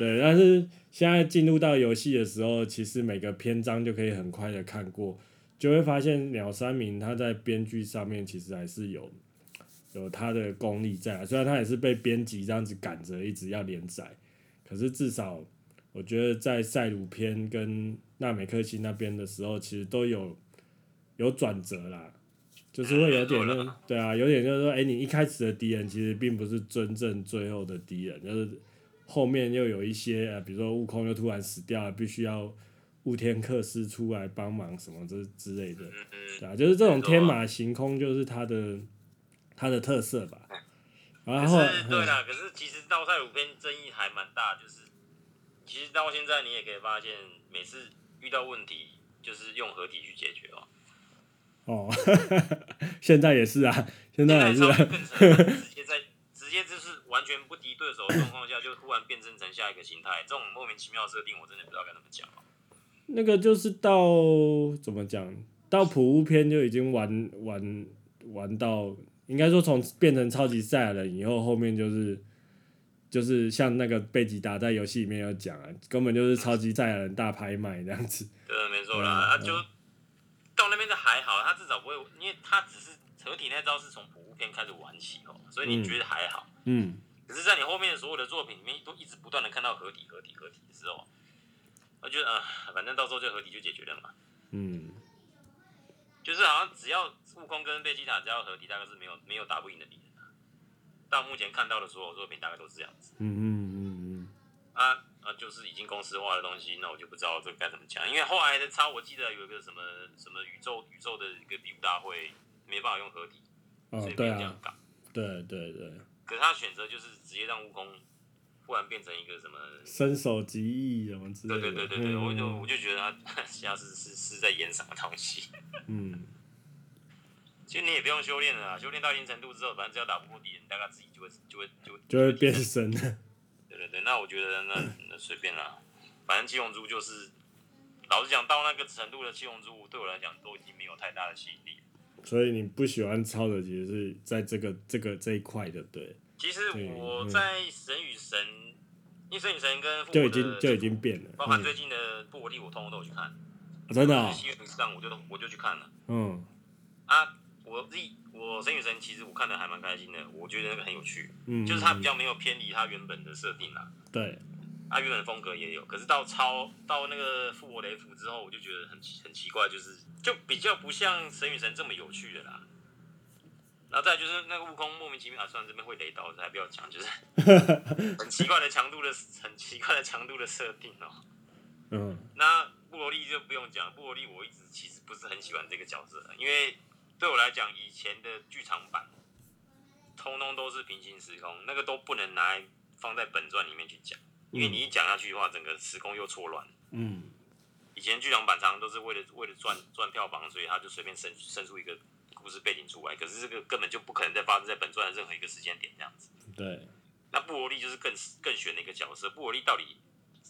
S1: 对。但是现在进入到游戏的时候，其实每个篇章就可以很快的看过，就会发现鸟山明他在编剧上面其实还是有有他的功力在、啊，虽然他也是被编辑这样子赶着一直要连载，可是至少我觉得在赛鲁篇跟纳美克星那边的时候，其实都有有转折啦，就是会有点
S2: 嗯有
S1: 那对啊，有点就是说，哎、你一开始的敌人其实并不是真正最后的敌人，就是后面又有一些呃，比如说悟空又突然死掉了，必须要悟天克斯出来帮忙什么这之类的，
S2: 嗯嗯，
S1: 对啊，就是这种天马行空，就是它的它的特色吧。然后
S2: 可是对
S1: 嗯
S2: 啦，可是其实到赛五篇争议还蛮大，就是其实到现在你也可以发现，每次遇到问题就是用合体去解决哦。
S1: 哦， 现在也是啊，现在也是、
S2: 超
S1: 啊，
S2: 更神了，直接在直接就是完全不敌对手的状况下，就突然变身成下一个形态，这种莫名其妙的设定，我真的不知道该怎么讲哦。
S1: 那个就是到怎么讲，到普乌篇就已经玩玩玩到，应该说从变成超级赛亚人以后，后面就是就是像那个贝吉达在游戏里面有讲啊，根本就是超级赛亚人大拍卖这样子。
S2: 对，没错
S1: 嗯
S2: 啦，他就到那边的还好，他至少不会，因为他只是合体那招是从普物篇开始玩起哦，所以
S1: 嗯
S2: 你觉得还好。
S1: 嗯，
S2: 可是，在你后面所有的作品里面，都一直不断的看到合体、合体、合体的时候，我觉得啊、呃反正到时候就合体就解决了嘛。
S1: 嗯，
S2: 就是呃好像只要悟空跟贝吉塔只要合体，大概是没有没有打不赢的敌人啊。到目前看到的所有作品，大概都是这样子
S1: 嗯嗯嗯
S2: 啊啊，就是已经公式化的东西，那我就不知道这该怎么讲。因为后来的超，我记得有一个什么什么宇宙宇宙的一个比武大会，没办法用合体，
S1: 嗯，哦
S2: 所以，没
S1: 对
S2: 有这样
S1: 啊，
S2: 搞。
S1: 对对对，
S2: 可是他选择就是直接让悟空忽然变成一个什么
S1: 身手极意什么之类
S2: 对
S1: 的。
S2: 对对对对，
S1: 嗯
S2: 我就我就觉得他 下次是是在演什么东西。
S1: 嗯，
S2: 其实你也不用修炼了啦，啊修炼到一定程度之后，反正只要打不过敌人，大概自己就会就会就会
S1: 就会变。身 了。
S2: 对对对，那我觉得那那随便啦，反正七龙珠就是，老实讲，到那个程度的七龙珠，对我来讲都已经没有太大的吸引力了。
S1: 所以你不喜欢超的，其实是在这个这个这一块的，对，
S2: 其实我
S1: 对嗯
S2: 在神与神，因为神与神跟复
S1: 就
S2: 活
S1: 已经
S2: 的
S1: 就已经变了。
S2: 包含最近的不活力，我通通都有去看。
S1: 嗯、真的、
S2: 就是
S1: 哦，
S2: 西游记上我就我就去看了。
S1: 嗯
S2: 啊，我自己我神与神其实我看的还蛮开心的，我觉得那个很有趣，
S1: 嗯，
S2: 就是它比较没有偏离它原本的设定啦，
S1: 对，
S2: 它啊原本的风格也有，可是到超到那个复活雷符之后，我就觉得很奇很奇怪，就是就比较不像神与神这么有趣的啦。然后再来就是那个悟空莫名其妙啊，算了，这边会雷到，还不要讲，就是 很奇怪的强度的很奇怪的强度的设定哦。
S1: 嗯
S2: 那布罗利就不用讲，布罗利我一直其实不是很喜欢这个角色，因为对我来讲，以前的剧场版通通都是平行时空，那个都不能拿来放在本传里面去讲，因为你一讲下去的话，整个时空又错乱。
S1: 嗯
S2: 以前剧场版常常都是为了为了赚赚票房，所以他就随便生生出一个故事背景出来，可是这个根本就不可能再发生在本传的任何一个时间点这样子。
S1: 对，
S2: 那布罗利就是更更悬的一个角色，布罗利到底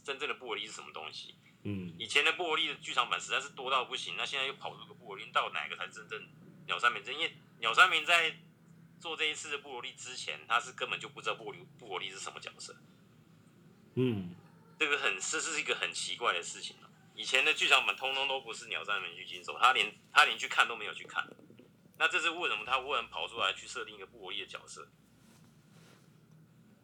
S2: 真正的布罗利是什么东西？
S1: 嗯
S2: 以前的布罗利的剧场版实在是多到不行，那现在又跑出个布罗利，到底哪一个才是真正鸟山明？因为鸟山明在做这一次的布罗利之前，他是根本就不知道布罗利布罗利是什么角色，
S1: 嗯
S2: 这个很这是一个很奇怪的事情哦以前的剧场版通通都不是鸟山明去经手，他连他连去看都没有去看。那这是为什么他忽然跑出来去设定一个布罗利的角色？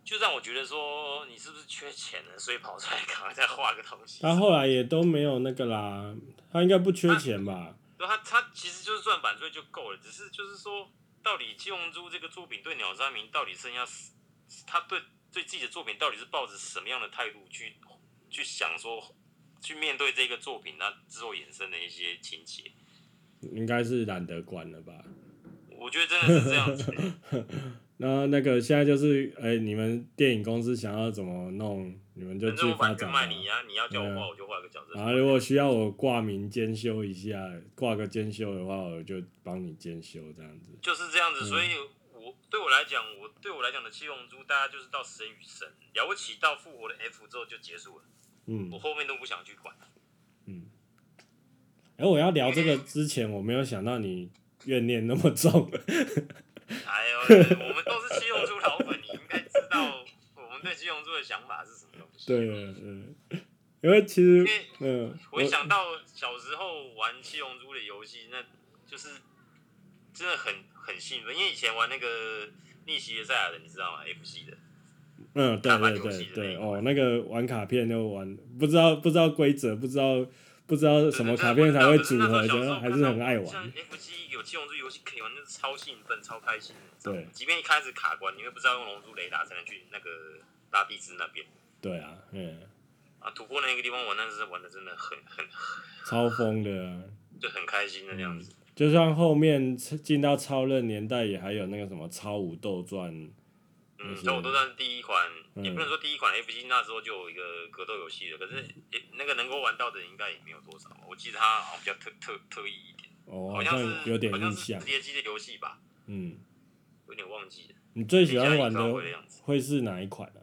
S2: 就让我觉得说，你是不是缺钱了，所以跑出来赶快再画个东西？
S1: 他后来也都没有那个啦，他应该不缺钱吧？
S2: 对他他其实就是赚版税就够了，只是就是说，到底《七龙珠》这个作品对鸟山明到底剩下是，他对对自己的作品到底是抱着什么样的态度去去想说，去面对这个作品，那之后衍生的一些情节，
S1: 应该是懒得管了吧？
S2: 我觉得真的是这 样子。
S1: 那那个现在就是，哎、你们电影公司想要怎么弄，你们就
S2: 反
S1: 自
S2: 正
S1: 己发
S2: 我版权
S1: 展吧。
S2: 卖你啊，你要叫我
S1: 对
S2: 画
S1: 啊
S2: 我就画个角色出
S1: 然
S2: 来。
S1: 后如果需要我挂名兼修一下，挂个兼修的话，我就帮你兼修这样子。
S2: 就是这样子，
S1: 嗯
S2: 所以我对我来讲，我对我来讲的七龙珠，大家就是到神与神了不起，到复活的 F 之后就结束了，
S1: 嗯
S2: 我，后面都不想去管。
S1: 嗯。哎、我要聊这个之前，我没有想到你怨念那么重。
S2: 哎呦，我们都是七龙珠老粉，你应该知道我们对七龙珠的想法是什么东西。
S1: 对了，嗯，因为其实
S2: 因为
S1: 嗯，我
S2: 回想到小时候玩七龙珠的游戏，那就是真的很很兴奋，因为以前玩那个逆袭的赛亚人，你知道吗？FC 的，
S1: 嗯，对
S2: 大阪
S1: 对
S2: 游戏
S1: 对
S2: 的那
S1: 对，
S2: 一
S1: 哦，那个玩卡片就玩，不知道不知道规则，不知道不知道什么卡片才会组合，觉得还是很爱
S2: 像
S1: 玩。
S2: FC 有七龙珠游戏可以玩，就是超兴奋、超开心。
S1: 对，
S2: 即便一开始卡关，你会不知道用龙珠雷达才能去那个大地之那边
S1: 对啊，嗯，
S2: 啊，突破那个地方玩，那是玩的真的很很
S1: 超疯的、啊。
S2: 就很开心的那
S1: 嗯
S2: 样子。
S1: 就像后面进到超任年代，也还有那个什么超武斗传，
S2: 嗯，
S1: 是
S2: 所以我都算是第一款，
S1: 嗯
S2: 也不能说第一款 F G 那时候就有一个格斗游戏了，可是也那个能够玩到的人应该也没有多少。我记得它好像比较特特特意一点，
S1: 哦，
S2: 好
S1: 好
S2: 像
S1: 像
S2: 是
S1: 有点
S2: 好像
S1: 印
S2: 是
S1: 象
S2: 直。接机的游戏吧，
S1: 嗯，
S2: 有点忘记了。
S1: 你最喜欢玩
S2: 印象
S1: 的
S2: 里头的样子
S1: 会是哪一款啊？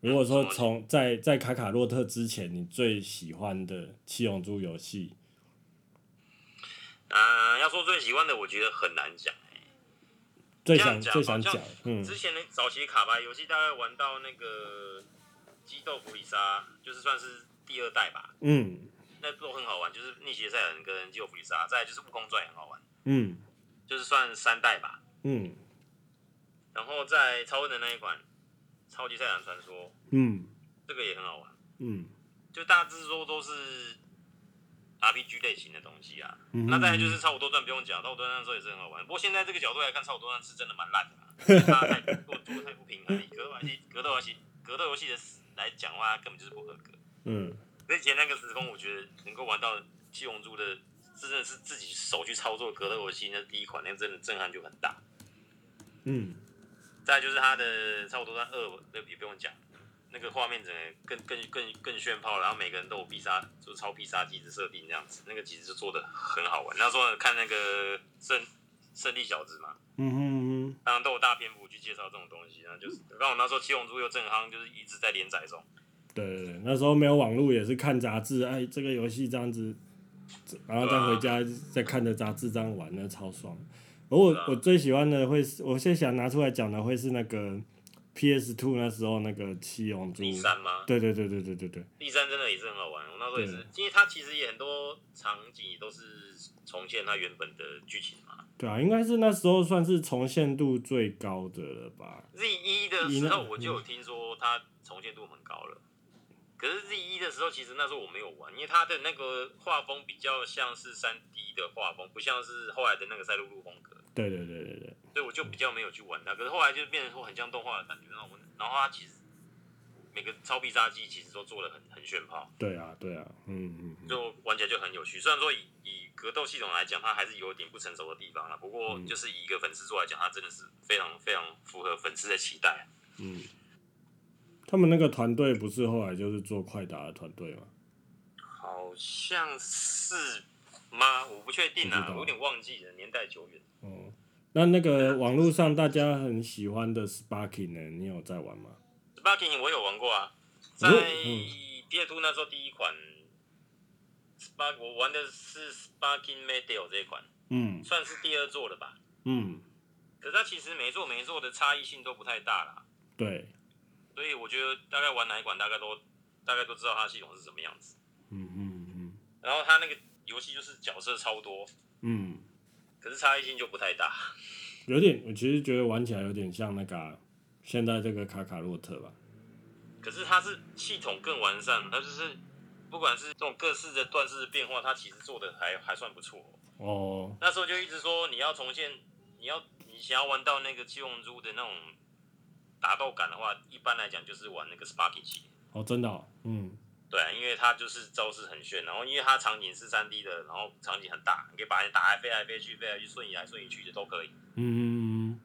S1: 如果说从在在卡卡洛特之前，你最喜欢的七龙珠游戏，
S2: 嗯、要说最喜欢的，我觉得很难讲。
S1: 最
S2: 这样
S1: 想
S2: 讲
S1: 最想
S2: 好像
S1: 讲，嗯
S2: 之前的早期卡牌游戏大概玩到那个激斗弗里莎，就是算是第二代吧，
S1: 嗯
S2: 那都很好玩，就是逆袭的赛亚人跟激斗弗里莎，再来就是悟空传也很好玩，
S1: 嗯
S2: 就是算三代吧。
S1: 嗯
S2: 然后在超人的那一款《超级赛亚人传说》，
S1: 嗯
S2: 这个也很好玩，
S1: 嗯
S2: 就大致说都是 RPG 类型的东西啊。
S1: 嗯
S2: 那再来就是《超武多传》，不用讲，《超武多传》那时候也是很好玩。不过现在这个角度来看，《超武多传》是真的蛮烂的、啊，因为大家太做做得太不平衡了。以格斗游戏、格斗游戏、格斗游戏的来讲的话，它根本就是不合格。
S1: 嗯，
S2: 所以以前那个时空，我觉得能够玩到七龙珠的，真的是自己手去操作格斗游戏，那第一款，那真的震撼就很大。
S1: 嗯，
S2: 再来就是它的差不多在二，那也不用讲，那个画面整个更更更更炫炮，然后每个人都有必杀，就是超必杀技的设定这样子，那个其实就做的很好玩。那时候看那个胜胜利小子嘛，
S1: 嗯哼嗯
S2: 当然都有大篇幅去介绍这种东西，然后就是，刚好那时候七龙珠又正夯，就是一直在连载中，
S1: 哼，对对对，那时候没有网络，也是看杂志，哎，这个游戏这样子，然后再回家再看着杂志这样玩，那超爽。而我
S2: 对啊
S1: 我最喜欢的会是，我现在想拿出来讲的会是那个 PS Two 那时候那个七龙珠，
S2: 第三吗？
S1: 对对对对对对对，
S2: 第三真的也是很好玩，我那时候也是
S1: 对，
S2: 因为它其实也很多场景都是重现它原本的剧情嘛。
S1: 对啊，应该是那时候算是重现度最高的了吧？
S2: Z 一的时候我就有听说它重现度很高了，可是 Z 一的时候其实那时候我没有玩，因为它的那个画风比较像是三 D 的画风，不像是后来的那个赛璐璐风格，
S1: 对对对对对，
S2: 所以我就比较没有去玩它。可是后来就变成说很像动画的感觉，那我然后它其实每个超必杀技其实都做的很很炫炮，
S1: 对啊对啊，嗯嗯嗯，
S2: 就玩起来就很有趣。虽然说以以格斗系统来讲，它还是有点不成熟的地方了，不过
S1: 嗯
S2: 就是以一个粉丝做来讲，它真的是非常非常符合粉丝的期待。啊
S1: 嗯，他们那个团队不是后来就是做快打的团队吗？
S2: 好像是吗？我不确定
S1: 不
S2: 啊
S1: 知，道
S2: 我有点忘记了，年代久远。
S1: 哦，那那个网络上大家很喜欢的 Sparking 呢，你有在玩吗？
S2: Sparking 我有玩过啊，在
S1: 哦
S2: p s 2那时候第一款 Spark 我玩的是 Sparking Medal 这一款，
S1: 嗯
S2: 算是第二座了吧。
S1: 嗯，
S2: 可是它其实每一座每一座的差异性都不太大啦，
S1: 对，
S2: 所以我觉得大概玩哪一款大概都大概都知道它的系统是什么样子。
S1: 嗯嗯嗯
S2: 然后它那个游戏就是角色超多，
S1: 嗯，
S2: 可是差异性就不太大。
S1: 有点，我其实觉得玩起来有点像那个啊、现在这个卡卡洛特吧。
S2: 可是它是系统更完善，它就是不管是这种各式的段式的变化，它其实做的还还算不错。
S1: 哦，
S2: 那时候就一直说你要重现，你要你想要玩到那个七龙珠的那种打斗感的话，一般来讲就是玩那个 Sparking 系列。
S1: 哦，真的、哦，嗯
S2: 对啊、因为它就是招式很炫，然后因为它场景是三 D 的，然后场景很大，你可以把人打来飞来飞去，飞来去瞬移来瞬移去的都可以。
S1: 嗯嗯嗯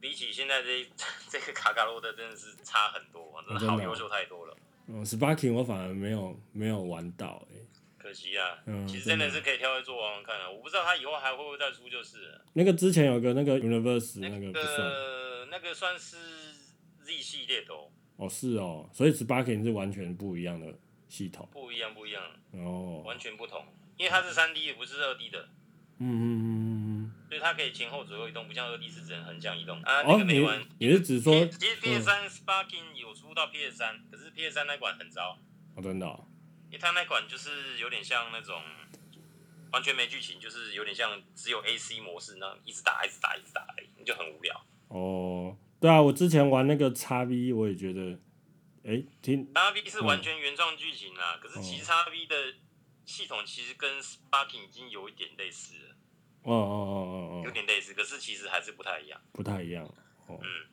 S2: 比起现在这一 这个卡卡洛特真的是差很多，真的哦好优秀太多了。
S1: 嗯，哦，Sparking 我反而没有没有玩到、欸，
S2: 可惜啊，
S1: 嗯
S2: 其实真的是可以挑一做玩玩看啊。我不知道他以后还会不会再出，就是了
S1: 那个之前有个那个 Universe
S2: 那
S1: 那个不算，
S2: 个那个算是 Z 系列的哦，
S1: 哦是哦，所以 Sparking 是完全不一样的系统
S2: 不一样不一样，
S1: 哦，
S2: 完全不同，因为它是三 D 也不是二 D 的，
S1: 嗯嗯嗯嗯
S2: 所以它可以前后左右移动，不像二 D 是只能横向移动。啊，那
S1: 哦，
S2: 个
S1: 你
S2: 没玩。
S1: 你是指说嗯
S2: P- 其实 PS 三 Sparking 有出到 PS 三，可是 PS 三那款很糟，
S1: 哦，真的哦
S2: 因为它那款就是有点像那种完全没剧情，就是有点像只有 AC 模式那样一直打、一直打、一直打而已，你就很无聊。
S1: 哦，对啊，我之前玩那个叉 V，我也觉得，哎，听
S2: 叉 V 是
S1: 嗯
S2: 完全原创剧情啦，可是其
S1: 哦
S2: 实叉 V 的系统其实跟 Sparking 已经有一点类似了，
S1: 哦哦哦哦
S2: 有
S1: 哦，
S2: 点类似，可是其实还是不太一样。
S1: 不太一样哦。
S2: 嗯，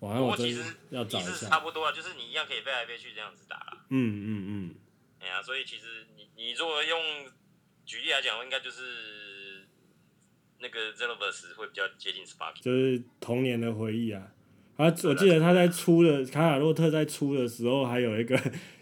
S1: 晚上
S2: 不
S1: 我
S2: 过
S1: 真
S2: 其实
S1: 要找
S2: 意
S1: 一
S2: 思是
S1: 下
S2: 差。不多啊，就是你一样可以飞来飞去这样子打啦。
S1: 嗯嗯嗯，
S2: 哎呀，所以其实你你如果用举例来讲，应该就是那个 Xenoverse 会比较接近 Sparking。
S1: 就是童年的回忆啊。啊，我记得他在出的卡卡洛特在出的时候，还有一个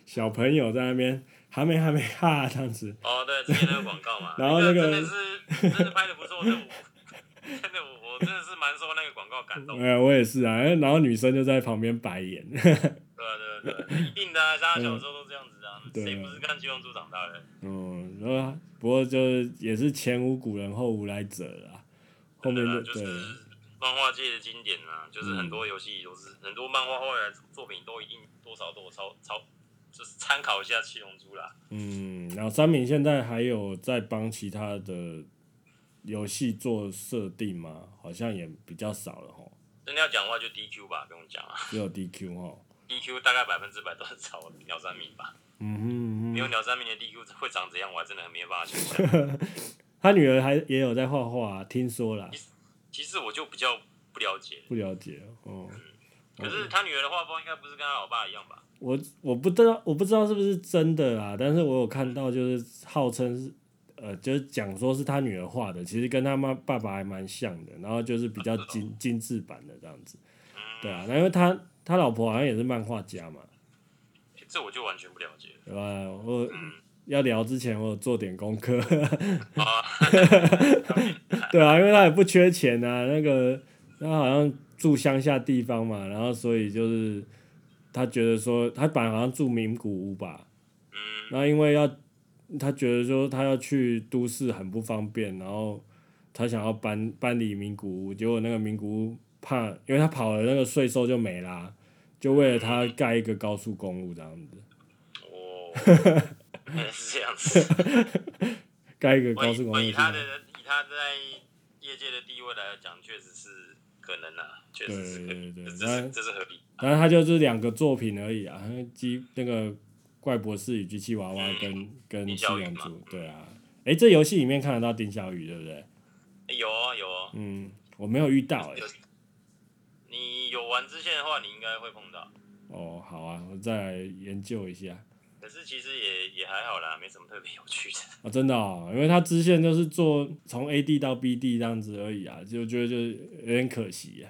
S1: 小朋友在那边 哈没哈没哈这样子。
S2: 哦，对，之前那个广告嘛
S1: ，然后那
S2: 那
S1: 个
S2: 真的是真的拍的不错，这我 真的我我真的是蛮受那个广告感动的。
S1: 哎，我也是啊，然后女生就在旁边白眼。
S2: 对啊对啊对啊，一定的啊，大家小时候都这样子啊，
S1: 对啊
S2: 谁不是看《七龙珠》长大的？
S1: 嗯，然后不过就是也是前无古人后无来者啦，后面
S2: 对啊
S1: 就
S2: 就
S1: 对，嗯
S2: 是漫画界的经典啊，就是很多游戏都是很多漫画后来作品都一定多少都有抄抄，就是参考一下《七龙珠》啦。
S1: 嗯，然后三明现在还有在帮其他的游戏做设定吗？好像也比较少了吼，
S2: 真的要讲的话就 DQ 吧，不用讲啊。
S1: 只有 DQ 吼。
S2: DQ 大概百分之百都是找鸟山明吧，
S1: 嗯哼嗯
S2: 没有
S1: 哼，
S2: 鸟山明的 DQ 会长怎样，我还真的很没有办法想 象。
S1: 他女儿还也有在画画、啊，听说啦，
S2: 其实我就比较不了解，
S1: 不了解哦。
S2: 可是他女儿的画风应该不是跟他老爸一样吧？
S1: 我我不知道我不知道是不是真的啦，但是我有看到就是号称是呃，就是讲说是他女儿画的，其实跟他妈爸爸还蛮像的，然后就是比较
S2: 啊
S1: 精精致版的这样子。
S2: 哦嗯，
S1: 对啊，那因为他他老婆好像也是漫画家嘛，
S2: 诶这我就完全不了解了。
S1: 对吧？我要聊之前，我有做点功课。
S2: 啊，
S1: 对啊，因为他也不缺钱啊，那个他好像住乡下地方嘛，然后所以就是他觉得说，他本来好像住名古屋吧，
S2: 嗯，
S1: 那因为要他觉得说他要去都市很不方便，然后他想要搬搬离名古屋，结果那个名古屋怕，因为他跑了那个税收就没啦，就为了他盖一个高速公路这样子，
S2: 哦，原来是这样子。
S1: 盖一个
S2: 我
S1: 高
S2: 以
S1: 速公
S2: 我
S1: 路
S2: 以
S1: 去
S2: 他
S1: 哪。
S2: 的以他在业界的地位来讲，确实是可能啊，确实是可
S1: 对
S2: 以，
S1: 对
S2: 这
S1: 对
S2: 这
S1: 那
S2: 是这是合理。
S1: 然后他就是两个作品而已啊，机那个怪博士与机器娃娃跟、跟
S2: 嗯丁
S1: 七
S2: 小雨
S1: 龙
S2: 嘛
S1: 珠，对啊，诶，这游戏里面看得到丁小雨对不对？
S2: 诶有哦有哦，
S1: 嗯，我没有遇到诶。
S2: 有你有玩支线的话，你应该会碰到。
S1: 哦，好啊，我再来研究一下
S2: 可是其实也也还好啦，没什么特别有趣的。
S1: 啊，真的哦，因为他支线就是做从 A D 到 B D 这样子而已啊，就觉得就是有点可惜啊。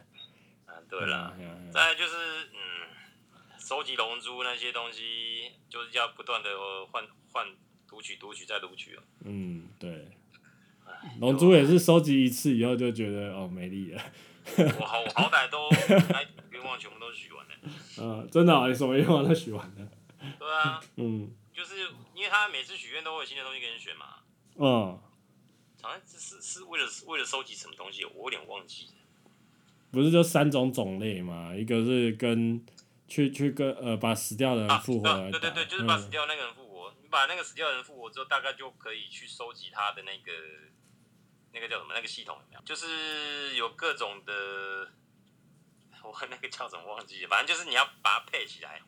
S2: 啊，对啦，
S1: 嗯，嗯嗯
S2: 再来就是嗯，收集龙珠那些东西，就是要不断的换换读取、读取再读取哦。
S1: 嗯，对，龙珠也是收集一次以后就觉得哦没力了，
S2: 我好我好歹都哎愿望全部都许完了。
S1: 嗯，真的、哦，你什么愿望都许完了，
S2: 对啊，
S1: 嗯
S2: 就是因为他每次许愿都会有新的东西给你选嘛。
S1: 嗯。
S2: 好像是是是为了为了收集什么东西，我有点忘记了。
S1: 不是就三种种类嘛？一个是跟去去跟呃把死掉的人
S2: 啊，
S1: 复活来打，
S2: 对对对，就是把死
S1: 嗯
S2: 掉那个人复活，你把那个死掉的人复活之后，大概就可以去收集他的那个那个叫什么那个系统有没有？就是有各种的，我那个叫什么忘记了，反正就是你要把它配起来，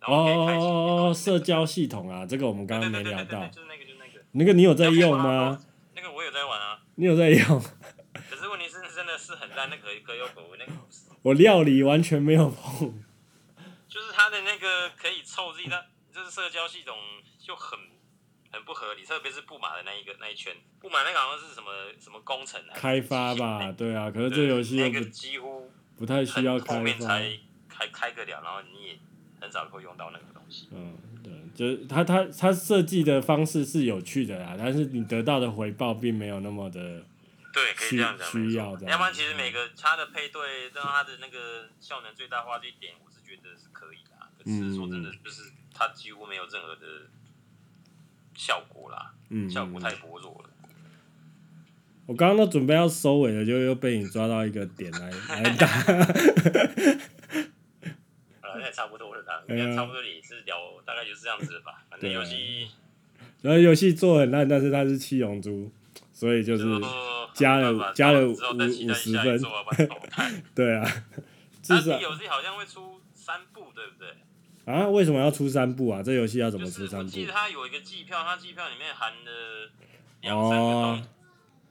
S2: 然
S1: 哦
S2: 后可
S1: 哦
S2: 以开启。
S1: 哦哦，社交系统啊，这个我们刚
S2: 对
S1: 刚
S2: 对
S1: 没
S2: 对对
S1: 聊
S2: 对
S1: 到
S2: 对，，就是那个就是那个。
S1: 那个你有在
S2: 要配
S1: 用
S2: 合
S1: 吗？？
S2: 那个我有在玩啊，
S1: 你有在用？
S2: 可是问题是真的是很烂，那可可有可无，那个不是，
S1: 我料理完全没有碰，
S2: 就是他的那个可以凑自己的，就是社交系统就很很不合理，特别是布马的那一个那一圈，布马那个好像是什么什么工程啊，
S1: 开发 吧，对啊，可是这游戏又
S2: 那
S1: 不
S2: 个几乎
S1: 不太需要
S2: 很后
S1: 开
S2: 面
S1: 发，
S2: 才开开个了，然后你也很少会用到那个东西。
S1: 嗯，对，就是它它它设计的方式是有趣的啦，但是你得到的回报并没有那么的，
S2: 对，可以这样讲，
S1: 需
S2: 没
S1: 需
S2: 错
S1: 要这样
S2: 要不然其实每个它的配对让它的那个效能最大化这一点，我是觉得是可以的啊。可是说真的，
S1: 嗯
S2: 就是它几乎没有任何的效果啦，
S1: 嗯，
S2: 效果太薄弱了。
S1: 我刚刚都准备要收尾了，就又被你抓到一个点来来打。
S2: 好呃了，那也差不多了啦，
S1: 哎呀
S2: 应该差不多也是聊，大概就是这样子了吧。反正
S1: 对啊
S2: 游戏
S1: 然后游戏做很烂，但是它是七龙珠，所以就是
S2: 哦
S1: 加了加了
S2: 之后再期
S1: 五
S2: 待
S1: 五十
S2: 下一
S1: 分
S2: 座要不然 怎么办
S1: 对 啊，至
S2: 但
S1: 少
S2: 是游戏好像会出三部，对不对？
S1: 啊，为什么要出三部啊？这游戏要怎
S2: 就
S1: 么出
S2: 是我
S1: 三部
S2: 记？得它有一个季票，它季票里面含了两三
S1: 哦
S2: 个东西，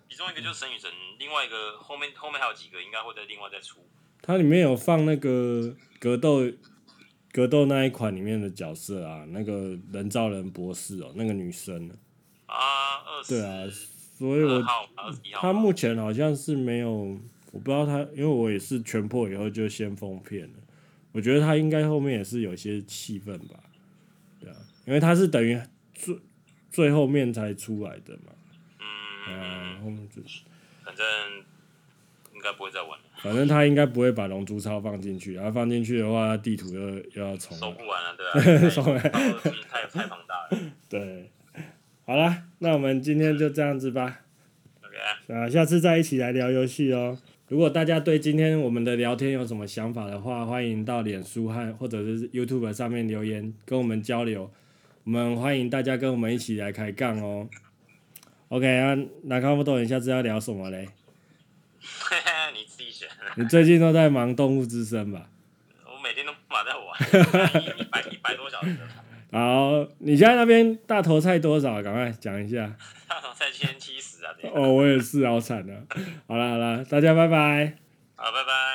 S2: 其中一个就是《神与神》，另外一个后面后面还有几个应该会再另外再出。
S1: 它里面有放那个格斗格斗那一款里面的角色啊，那个人造人博士哦，那个女生。
S2: 啊，二十
S1: 对啊，所以
S2: 二
S1: 我
S2: 号、二十一号，
S1: 他目前好像是没有，我不知道他，因为我也是全破以后就先封片了。我觉得他应该后面也是有些气氛吧，对啊，因为他是等于最最后面才出来的嘛，啊，
S2: 嗯，
S1: 后面就
S2: 反正应该不会再玩了，
S1: 反正他应该不会把龙珠超放进去，然后放进去的话，地图又又要重
S2: 收
S1: 来，
S2: 不完了，对 啊，
S1: 收不完
S2: 太太太庞大了。
S1: 对，好啦，那我们今天就这样子吧。
S2: OK，
S1: 啊，下次再一起来聊游戏哦。如果大家对今天我们的聊天有什么想法的话，欢迎到脸书和或者是 YouTube 上面留言跟我们交流。我们欢迎大家跟我们一起来开杠哦。OK 啊，那康夫豆，你下次要聊什么嘞？
S2: 嘿嘿你自己选，
S1: 你最近都在忙《动物之声》吧？
S2: 我每天都马在玩，一百一百多小时了，
S1: 好，你现在那边大头菜多少？赶快讲一下。
S2: 大头才七千七十啊，这样。
S1: 哦，我也是，好惨啊。好啦好啦，大家拜拜。
S2: 好，拜拜。